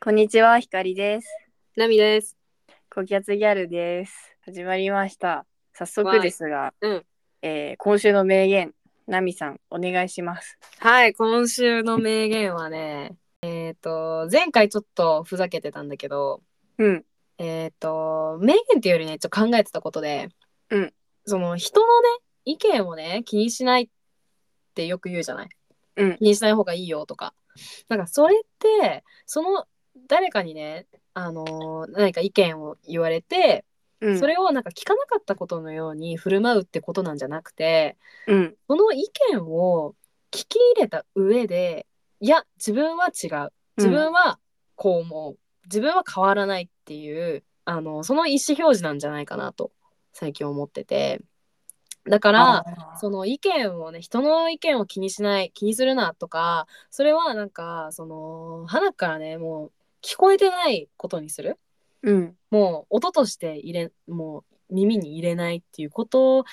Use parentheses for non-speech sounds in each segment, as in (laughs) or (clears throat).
こんにちは、ひかりです。ナミです。コキャツギャルです。始まりました。早速ですが、わーいうんえー今週の名言、ナミさん、お願いします。はい、今週の名言はね、えっ、と、前回ちょっとふざけてたんだけど、うん、えっ、と、名言っていうよりね、ちょっと考えてたことで、うんその人のね、意見をね、気にしないってよく言うじゃない。うん気にしない方がいいよとか。なんかそれって、その誰かにね、あのー何か意見を言われて、うん、それをなんか聞かなかったことのように振る舞うってことなんじゃなくてうん、その意見を聞き入れた上でいや自分は違う自分はこう思う、自分は変わらないっていうあのその意思表示なんじゃないかなと最近思っててだからあーその意見をね人の意見を気にしない気にするなとかそれはなんかその花からねもう聞こえてないことにするうん、もう音として入れもう耳に入れないっていうこと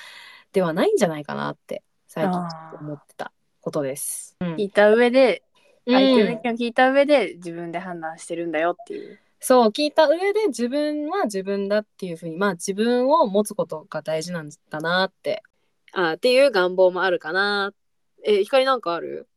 ではないんじゃないかなって最近ちょっと思ってたことです。うん聞いた上で、うん相手の意見を聞いた上で、自分で判断してるんだよっていう。そう聞いた上で自分は自分だっていうふうにまあ自分を持つことが大事なんだなってあっていう願望もあるかな。え光なんかある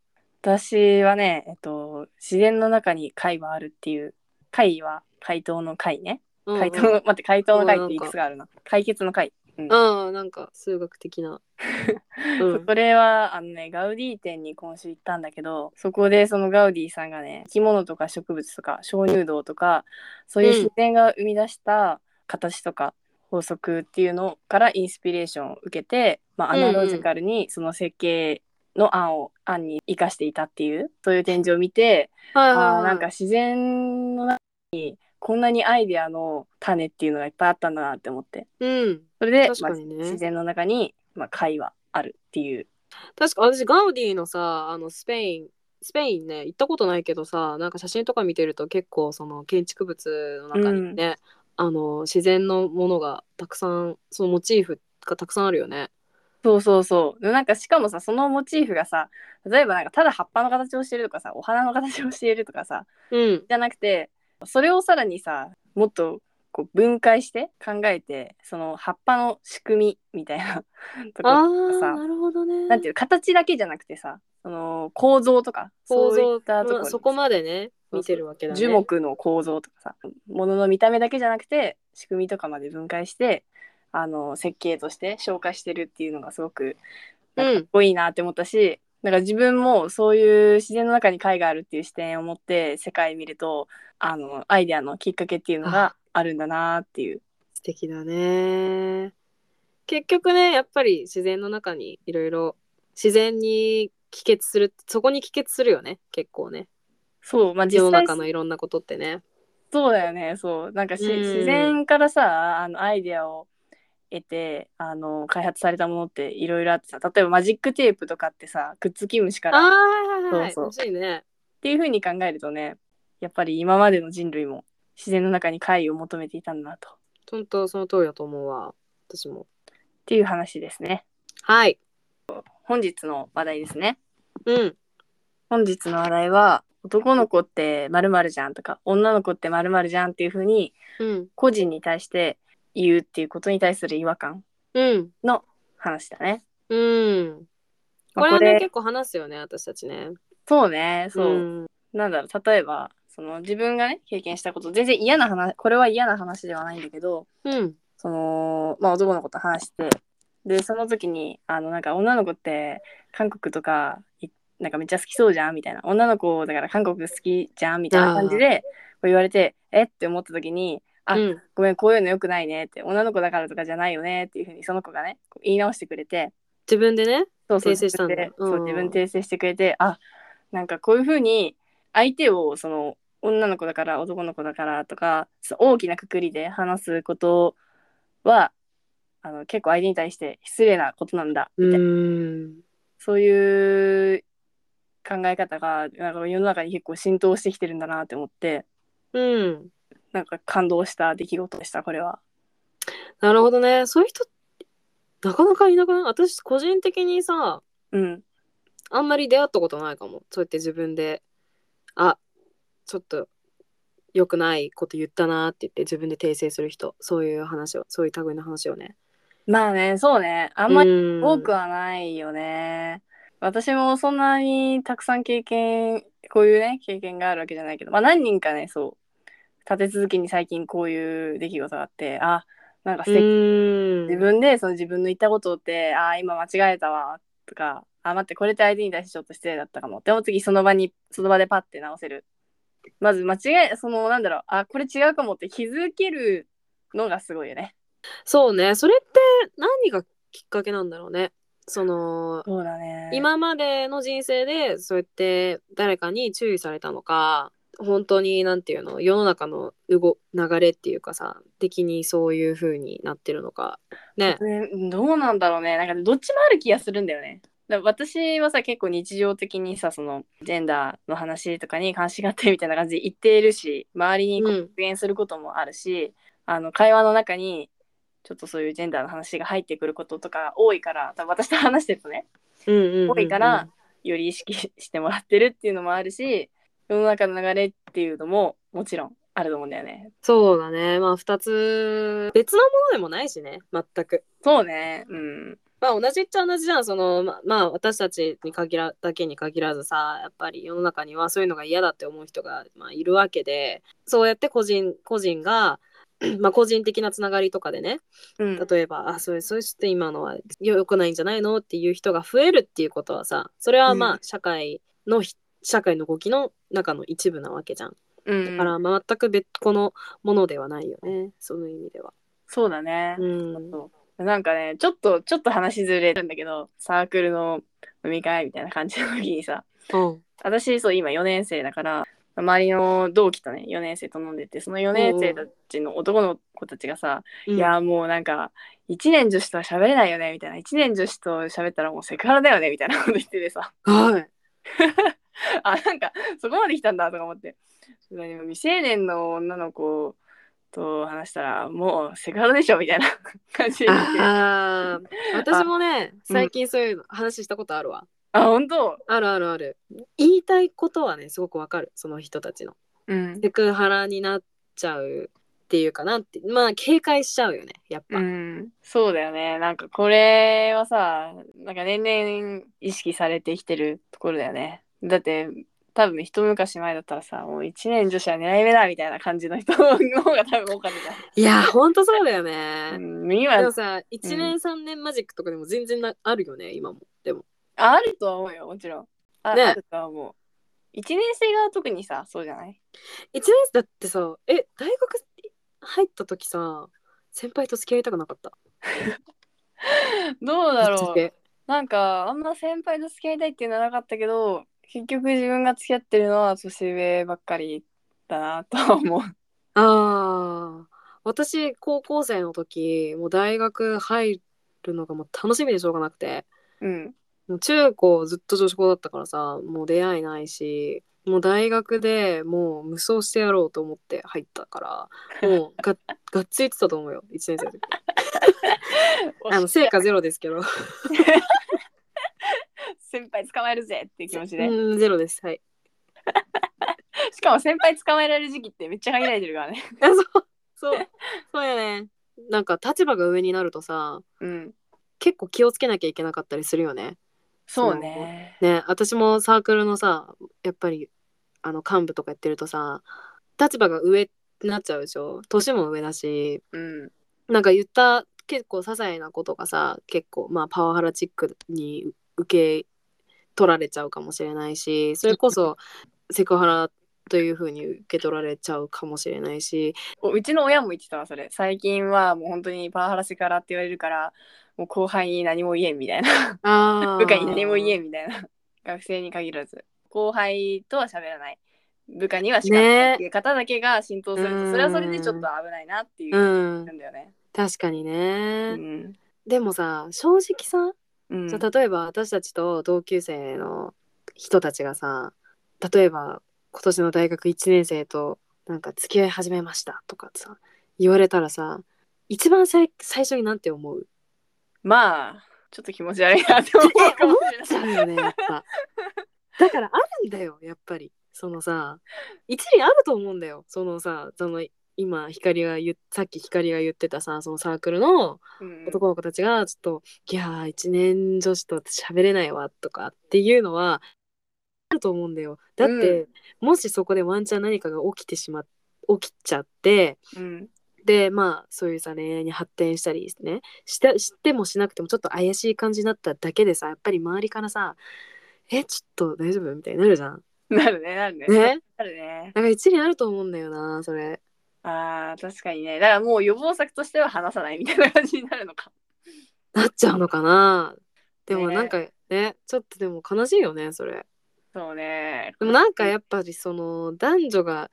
私はね、えっと、自然の中に貝はあるっていう、貝は回答の貝ね。回答の、待って、回答の貝っていくつがあるな。解決の貝。うんああなんか数学的な。う (laughs) そんこれはあのねガウディ店に今週行ったんだけどそこでそのガウディさんがね生き物とか植物とか鍾乳洞とかそういう自然が生み出した形とか法則っていうのからインスピレーションを受けて、まあ、アうんうんナロジカルにその設計の案を案に生かしていたっていうそういう展示を見てはあいはいはーいなんか自然の中にこんなにアイデアの種っていうのがいっぱいあったんだなって思ってうんそれで、確かにねまあ自然の中に、まあ、貝はあるっていう。確か私ガウディのさあのスペインスペインね行ったことないけどさなんか写真とか見てると結構その建築物の中にね、あの自然のものがたくさんそのモチーフがたくさんあるよね。そうそうそうでなんかしかもさそのモチーフがさ例えばなんかただ葉っぱの形をしてるとかさお花の形をしているとかさうん、じゃなくてそれをさらにさもっとこう分解して考えてその葉っぱの仕組みみたいな (laughs) とあこーさなるほどね。なんていうの形だけじゃなくてさその構造とかそう構い造ったところまあそこまでねそうそう見てるわけだね。樹木の構造とかさものの見た目だけじゃなくて仕組みとかまで分解してあの設計として紹介してるっていうのがすごくなんかうんかっこいいなって思ったし、なんか自分もそういう自然の中に貝があるっていう視点を持って世界見るとあのアイデアのきっかけっていうのがあるんだなっていう。素敵だね結局ねやっぱり自然の中にいろいろ自然に帰結するそこに帰結するよね結構ねそうまあ、世実の際中のいろんなことってね。そうだよねそうなんかし、うん自然からさあのアイデアを得てあの開発されたものっていろいろあってさ例えばマジックテープとかってさくっつき虫からああはいはいはいそう欲しいね。っていうふうに考えるとねやっぱり今までの人類も自然の中に貝を求めていたんだなとっ本当その通りだと思うわ私も。ていう話ですねはい。本日の話題ですねうん。本日の話題は男の子ってまるじゃんとか女の子ってまるじゃんっていうふうにうん。個人に対して言うっていうことに対する違和感うん。の話だね、うん。まあこれはこれね結構話すよね私たちね。そうねそう、うんなんだろう例えばその自分がね経験したこと全然嫌な話これは嫌な話ではないんだけどうん。その、まあ、男の子と話してでその時にあのなんか女の子って韓国とかいなんかめっちゃ好きそうじゃんみたいな女の子だから韓国好きじゃんみたいな感じでこう言われてえって思った時にあうん。ごめんこういうのよくないねって女の子だからとかじゃないよねっていうふうにその子がねこう言い直してくれて自分でね。そうそう訂正したんだ自分でそううん自分訂正してくれてあなんかこういうふうに相手をその女の子だから男の子だからとかそう大きなくくりで話すことはあの結構相手に対して失礼なことなんだみたいな、うん。そういう考え方がなんか世の中に結構浸透してきてるんだなって思ってうん。なんか感動した出来事でしたこれは。なるほどね。そういう人、なかなかいなくない私、個人的にさ、うんあんまり出会ったことないかも。そうやって自分で、あ、ちょっと良くないこと言ったなって言って自分で訂正する人。そういう話を、そういう類の話をね。まあねそうねあんまりり多くはないよね。私もそんなにたくさん経験こういうね経験があるわけじゃないけど、まあ、何人かねそう立て続けに最近こういう出来事があってあなんか素敵、自自分でその自分の言ったことってあ今間違えたわとかあ待ってこれって相手に対してちょっと失礼だったかもでも次その場にその場でパッて直せるまず間違えそのなんだろうあこれ違うかもって気づけるのがすごいよね。そうね。それって何がきっかけなんだろうね。その、そうだね今までの人生でそうやって誰かに注意されたのか本当になんていうの世の中の動流れっていうかさ的にそういう風になってるのかねね、どうなんだろうねなんかどっちもある気がするんだよね。だ私はさ結構日常的にさそのジェンダーの話とかに関心があってみたいな感じで言っているし周りにこううん発言することもあるし、あの会話の中にちょっとそういうジェンダーの話が入ってくることとかが多いから多分私と話してるとねうんうんうんうん多いからより意識してもらってるっていうのもあるし世の中の流れっていうのももちろんあると思うんだよね。そうだねまあ2つ別のものでもないしね全くそうね、うん、まあ同じっちゃ同じじゃんそのままあ私たちに限らだけに限らずさやっぱり世の中にはそういうのが嫌だって思う人が、まあ、いるわけでそうやって個人個人が (clears throat) まあ個人的なつながりとかでねうん、例えば、あ、そうそうして今のは良くないんじゃないのっていう人が増えるっていうことはさ、それはまうあ、社会のひ、社会の動きの中の一部なわけじゃん。うんだから、全く別個のものではないよね。その意味では。そうだね。うん。そうなんかねちょっとちょっと話ずれるんだけどサークルの飲み会みたいな感じの時にさうん。私そう今4年生だから周りの同期とね4年生と飲んでてその4年生たちの男の子たちがさ、いやもうなんか1年女子とは喋れないよねみたいな1年女子と喋ったらもうセクハラだよねみたいなこと言っててさはい。あなんかそこまで来たんだとか思ってでも未成年の女の子と話したらもうセクハラでしょみたいな感じで言ってああ、私もね、最近そういうの話したことあるわ。あ本当あるあるある。言いたいことはね、すごくわかる。その人たちの。うんセクハラになっちゃうっていうかなって、まあ、警戒しちゃうよね、やっぱ。うん、そうだよねなんかこれはさなんか年々意識されてきてるところだよねだって多分一昔前だったらさもう1年女子は狙い目だみたいな感じの人 (laughs) の方が多分多かったじいや、ほんとそうだよゃん、ね。うん、今でもさ、1年3年マジックとかでも全然なあるよね、今も。でも。ああるとは思うよもちろんあ,、ねあるとは思う1年生が特にさそうじゃない1年生だってさ、え、大学入った時さ、先輩と付き合いたくなかった。どうだぶっちろゃうけなんかあんま先輩と付き合いたいっていうのはなかったけど結局自分が付き合ってるのは年上ばっかりだなとは思うあー。私、高校生の時、もう大学入るのがもう楽しみでしょうがなくて、うんもう中高ずっと女子校だったからさ、もう出会いないし、もう大学でもう無双してやろうと思って入ったから、もうががっついてたと思うよ、1年生の時。あの成果ゼロですけど、先輩捕まえるぜっていう気持ちで、うんゼロですはいしかも先輩捕まえられる時期ってめっちゃ限られてるからねあそうそうそうやねなんか立場が上になるとさうん結構気をつけなきゃいけなかったりするよねそうねね私もサークルのさやっぱりあの幹部とかやってるとさ立場が上になっちゃうでしょ年も上だしうんなんか言った結構些細なことがさ結構まあパワハラチックに受け取られちゃうかもしれないしそれこそセクハラというふうに受け取られちゃうかもしれないしおうちの親も言ってたわそれ最近はもう本当にパワハラセからって言われるからもう後輩に何も言えんみたいな (laughs) あー部下に何も言えんみたいな学生に限らず後輩とは喋らない部下には叱らないっていう方だけが浸透すると、うんそれはそれでちょっと危ないなっていうう、んなんだよね確かにうね、んでもさ正直さ、うんじゃあ例えば私たちと同級生の人たちがさ例えば今年の大学1年生となんか付き合い始めましたとかさ言われたらさ一番最最初になんて思うまあちょっと気持ち悪いなって思うかもしれないちゃうよねやっ (laughs) ぱだからあるんだよやっぱりそのさ一理あると思うんだよそのさその今光が言っさっき光が言ってたさそのサークルのうん男の子たちがちょっと「いやー一年女子と喋れないわ」とかっていうのはあると思うんだよ。だって、もしそこでワンチャン何かが起きてしまっ起きちゃってうんでまあそういうさ恋愛に発展したりねした知ってもしなくてもちょっと怪しい感じになっただけでさやっぱり周りからさ「えちょっと大丈夫?」みたいになるじゃん。なるねなるねねなるねなんか一理あると思うんだよなそれ。あー確かにねだからもう予防策としては話さないみたいな感じになるのかなっちゃうのかなでもねなんかねちょっとでも悲しいよねそれ。そうねでもなんかやっぱりその男女が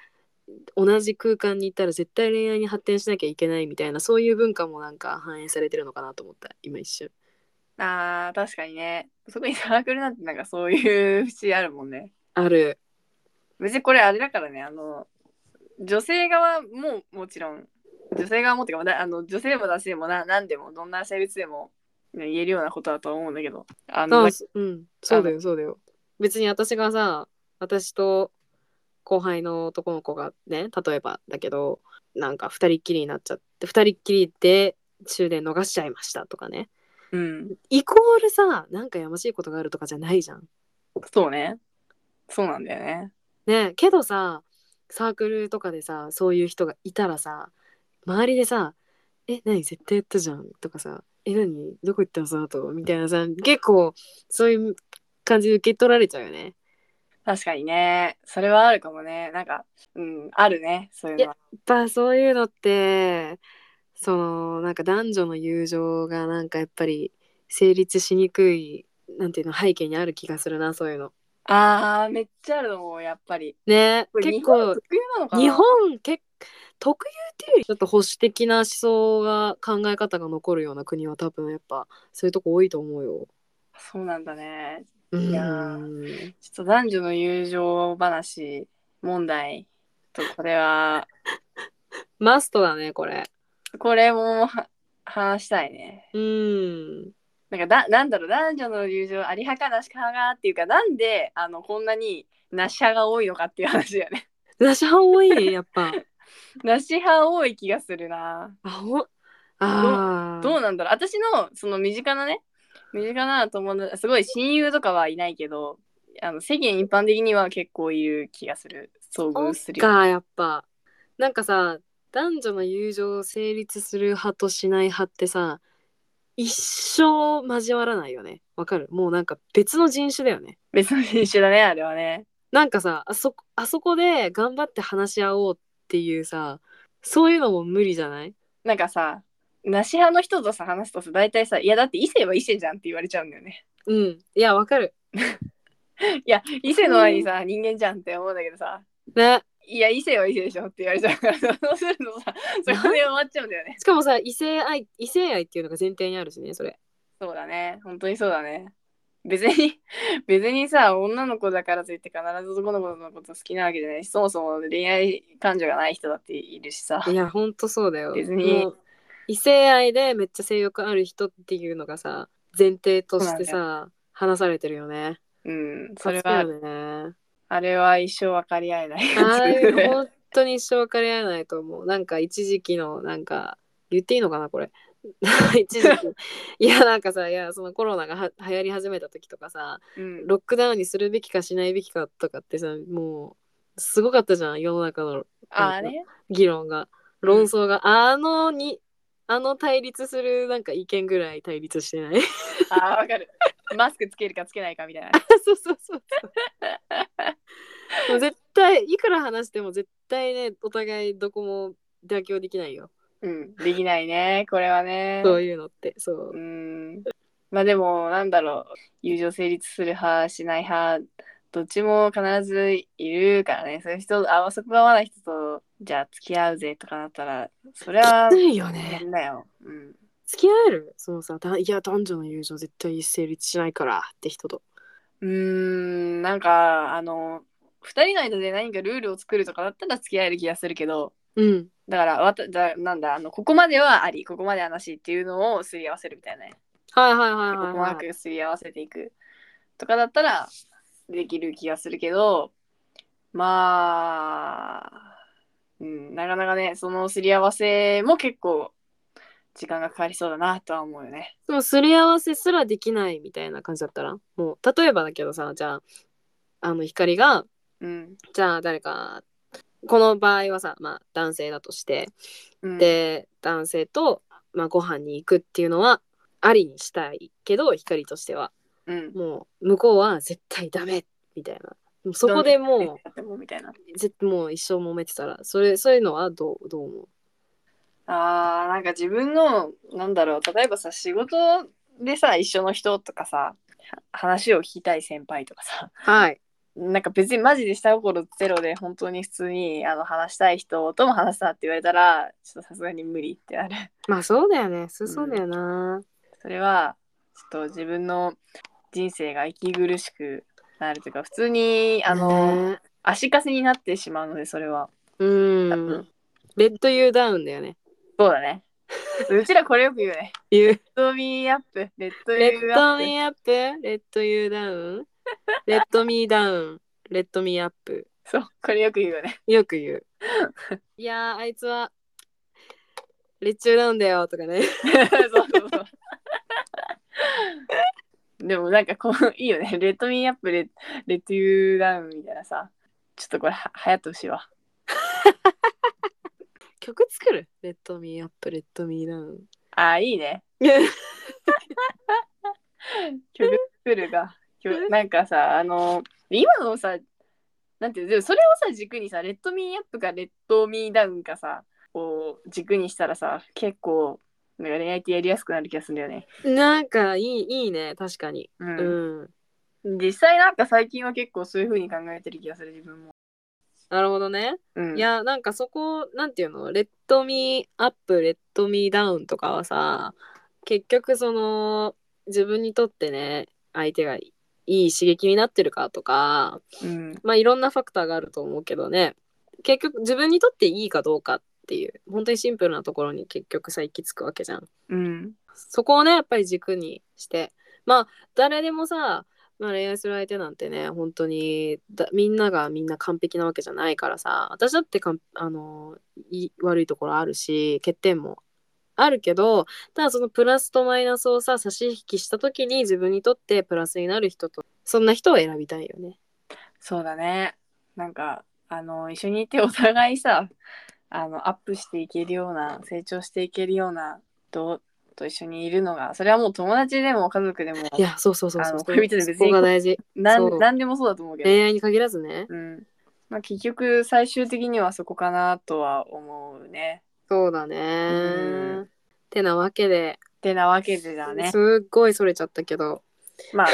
同じ空間にいたら絶対恋愛に発展しなきゃいけないみたいなそういう文化もなんか反映されてるのかなと思った今一瞬あー確かにねそこにサークルなんてなんかそういう (laughs) 節あるもんねある別にこれあれだからねあの女性側ももちろん女性側もっていうかだあの女性でも男性でもな何でもどんな性別でも、ね、言えるようなことだと思うんだけどあのあうんそうだよそうだよ別に私がさ私と後輩の男の子がね例えばだけどなんか二人っきりになっちゃって二人っきりで終電逃しちゃいましたとかねうんイコールさなんかやましいことがあるとかじゃないじゃんそうねそうなんだよねねけどさサークルとかでさそういう人がいたらさ周りでさ「え何絶対やったじゃん」とかさ「え何どこ行ったのその後みたいなさ結構そういう感じで受け取られちゃうよね。確かにねそれはあるかもねなんかうんあるねそういうのはやっぱそういうのってそのなんか男女の友情がなんかやっぱり成立しにくいなんていうの背景にある気がするなそういうの。あーめっちゃあるのやっぱりねこれ結日本構特有なのかな日本結特有っていうよりちょっと保守的な思想が考え方が残るような国は多分やっぱそういうとこ多いと思うよ。そうなんだねうんいやちょっと男女の友情話問題とこれはマストだねこれ。これもは話したいね。うんなんかだなんだろう男女の友情あり派かなし派かっていうかなんであのこんなになし派が多いのかっていう話だよね。 (laughs) なし派多いねやっぱ。なし派多い気がするな。あほあーどうなんだろう私のその身近なね身近な友達すごい親友とかはいないけどあの世間一般的には結構いる気がする遭遇するよ。かやっぱなんかさ男女の友情成立する派としない派ってさ一生交わらないよねわかるもうなんか別の人種だよね別の人種だねあれはね。なんかさあそこあそこで頑張って話し合おうっていうさそういうのも無理じゃないなんかさなし派の人とさ話すとさ大体さ「いやだって異性は異性じゃん」って言われちゃうんだよね。 (laughs) うんいやわかるいや異性の前にさ人間じゃんって思うんだけどさね「いや異性は異性でしょ」って言われちゃうからさ (laughs) そうするとさそれで終わっちゃうんだよね。しかもさ異性愛異性愛っていうのが前提にあるしねそれそうだね本当にそうだね。別に (laughs) 別にさ女の子だからといって必ず男の子のこと好きなわけじゃないしそもそも恋愛感情がない人だっているしさいやほんとそうだよ別にもう異性愛でめっちゃ性欲ある人っていうのがさ前提としそうてさ話されてるよねうんそれムカはつくよねあれは一生分かり合えないああい (laughs) うのや本当に一生分かり合えないと思うなんか一時期のなんか言っていいのかなこれ (laughs) 一時期いやなんかさいやそのコロナがは流行り始めた時とかさつうんロックダウンにするべきかしないべきかとかってさもうすごかったじゃん世の中のあれ議論が論争が、あのにあの対立するなんか意見ぐらい対立してない (laughs) あーわかる。マスクつけるかつけないかみたいな。そうそうそうもう絶対いくら話しても絶対ねお互いどこも妥協できないようん、できないね、これはね。 (laughs) そういうのってそううん。まあでも、なんだろう、友情成立する派、しない派、どっちも必ずいるからね、そういう人、あそこが合わない人と、じゃあ付き合うぜとかなったら、それはきつ、いよ大ね変だよ。うん。付き合えるそのさだいや男女の友情絶対成立しないからって人とうーん、なんか、あの、2人の間で何かルールを作るとかだったら付き合える気がするけど、うん。だからわただなんだあのここまではありここまではなしっていうのをすり合わせるみたいなねはいはいはいはい、細はかい。くすり合わせていくとかだったらできる気がするけどまあ、うん、なかなかねそのすり合わせも結構時間がかかりそうだなとは思うよね。でもすり合わせすらできないみたいな感じだったらもう例えばだけどさじゃああの光がうんじゃあ誰かこの場合はさ、まあ、男性だとして、うん、で男性と、まあ、ご飯に行くっていうのはありにしたいけど光としてはうん、もう向こうは絶対ダメみたいなもうそこでもうやってもみたいな。ぜもう一生揉めてたらそれそういうのはどうどう思うあーなんか自分のなんだろう例えばさ仕事でさ一緒の人とかさは話を聞きたい先輩とかさはいなんか別にマジで下心ゼロで本当に普通にあの話したい人とも話したって言われたらちょっとさすがに無理ってなる (laughs) まあそうだよねそうそうだよな、それはちょっと自分の人生が息苦しくなるというか普通にあのね足かせになってしまうのでそれはう多ん分レッドユーダウンだよねそうだねうちらこれよく言うね言うレッドミーアップレッドミレッーアドップミーアップレッドユーダウンレッドミーダウンレッドミーアップそうこれよく言うよねよく言う (laughs) いやーあいつはレッチューダウンだよとか (laughs) ねそうそうそう。でもなんかこういいよね。レッドミーアップレッレッドユーダウンみたいなさ。ちょっとこれは流行ってほしいわ。 (laughs) 曲作るレッドミーアップレッドミーダウンああ、いいね。曲作るが。曲なんかさ、あの、今のさ、なんていうのでもそれをさ、軸にさ、レッドミーアップかレッドミーダウンかさ、こう、軸にしたらさ、結構、なんか恋愛ってやりやすくなる気がするんだよね。 (laughs) なんかいいいいね確かにうんうん実際なんか最近は結構そういう風に考えてる気がする、自分も。なるほどね。うん、いや、なんかそこ、なんていうの、レッドミーアップ、レッドミーダウンとかはさ、結局その、自分にとってね、相手がいい刺激になってるかとか、うん、まあいろんなファクターがあると思うけどね、結局自分にとっていいかどうかっていう、本当にシンプルなところに結局さ、行き着くわけじゃん。うん。そこをね、やっぱり軸にして。まあ、誰でもさ、まあ、恋愛する相手なんてね、本当にだみんながみんな完璧なわけじゃないからさ、私だってかんあのい悪いところあるし、欠点もあるけど、ただそのプラスとマイナスをさ、差し引きした時に自分にとってプラスになる人と、そんな人を選びたいよね。そうだね。なんか、あの、一緒にいてお互いさ、あの、アップしていけるような、成長していけるような人と一緒にいるのが、それはもう友達でも家族でも、いや、そうそうそうそあう。のそ恋人でそ別にこが大事。なそうんなんでもそうだと思うけど、恋愛に限らずね。うん。まあ、結局、最終的にはそこかなとは思うね。そうだうね。てなわけで、ってなわけでだね。すっごいそれちゃったけど。まあ、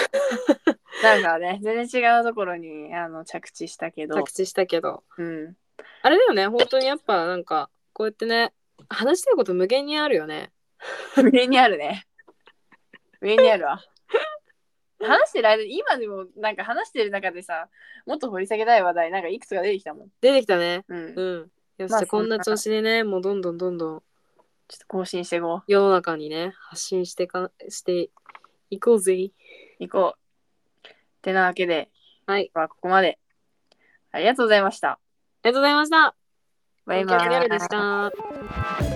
なんかね、全然違うところにあの着地したけど着、地したけどうん。あれだよね本当にやっぱなんかこうやってね話したいこと無限にあるよね上にあるね。上にあるわ。話してる間に今でもなんか話してる中でさもっと掘り下げたい話題なんかいくつか出てきたもん。出てきたねうん、うちょっんよし、まあじゃあこんなそんな調子でねもうどんどんどんどんと更新していこ世の中にね発信してかしていこうぜう。行こう。てなわけではい今日はここまで。ありがとうございました。ありがとうございましたバイバ東京ギャルでイし。た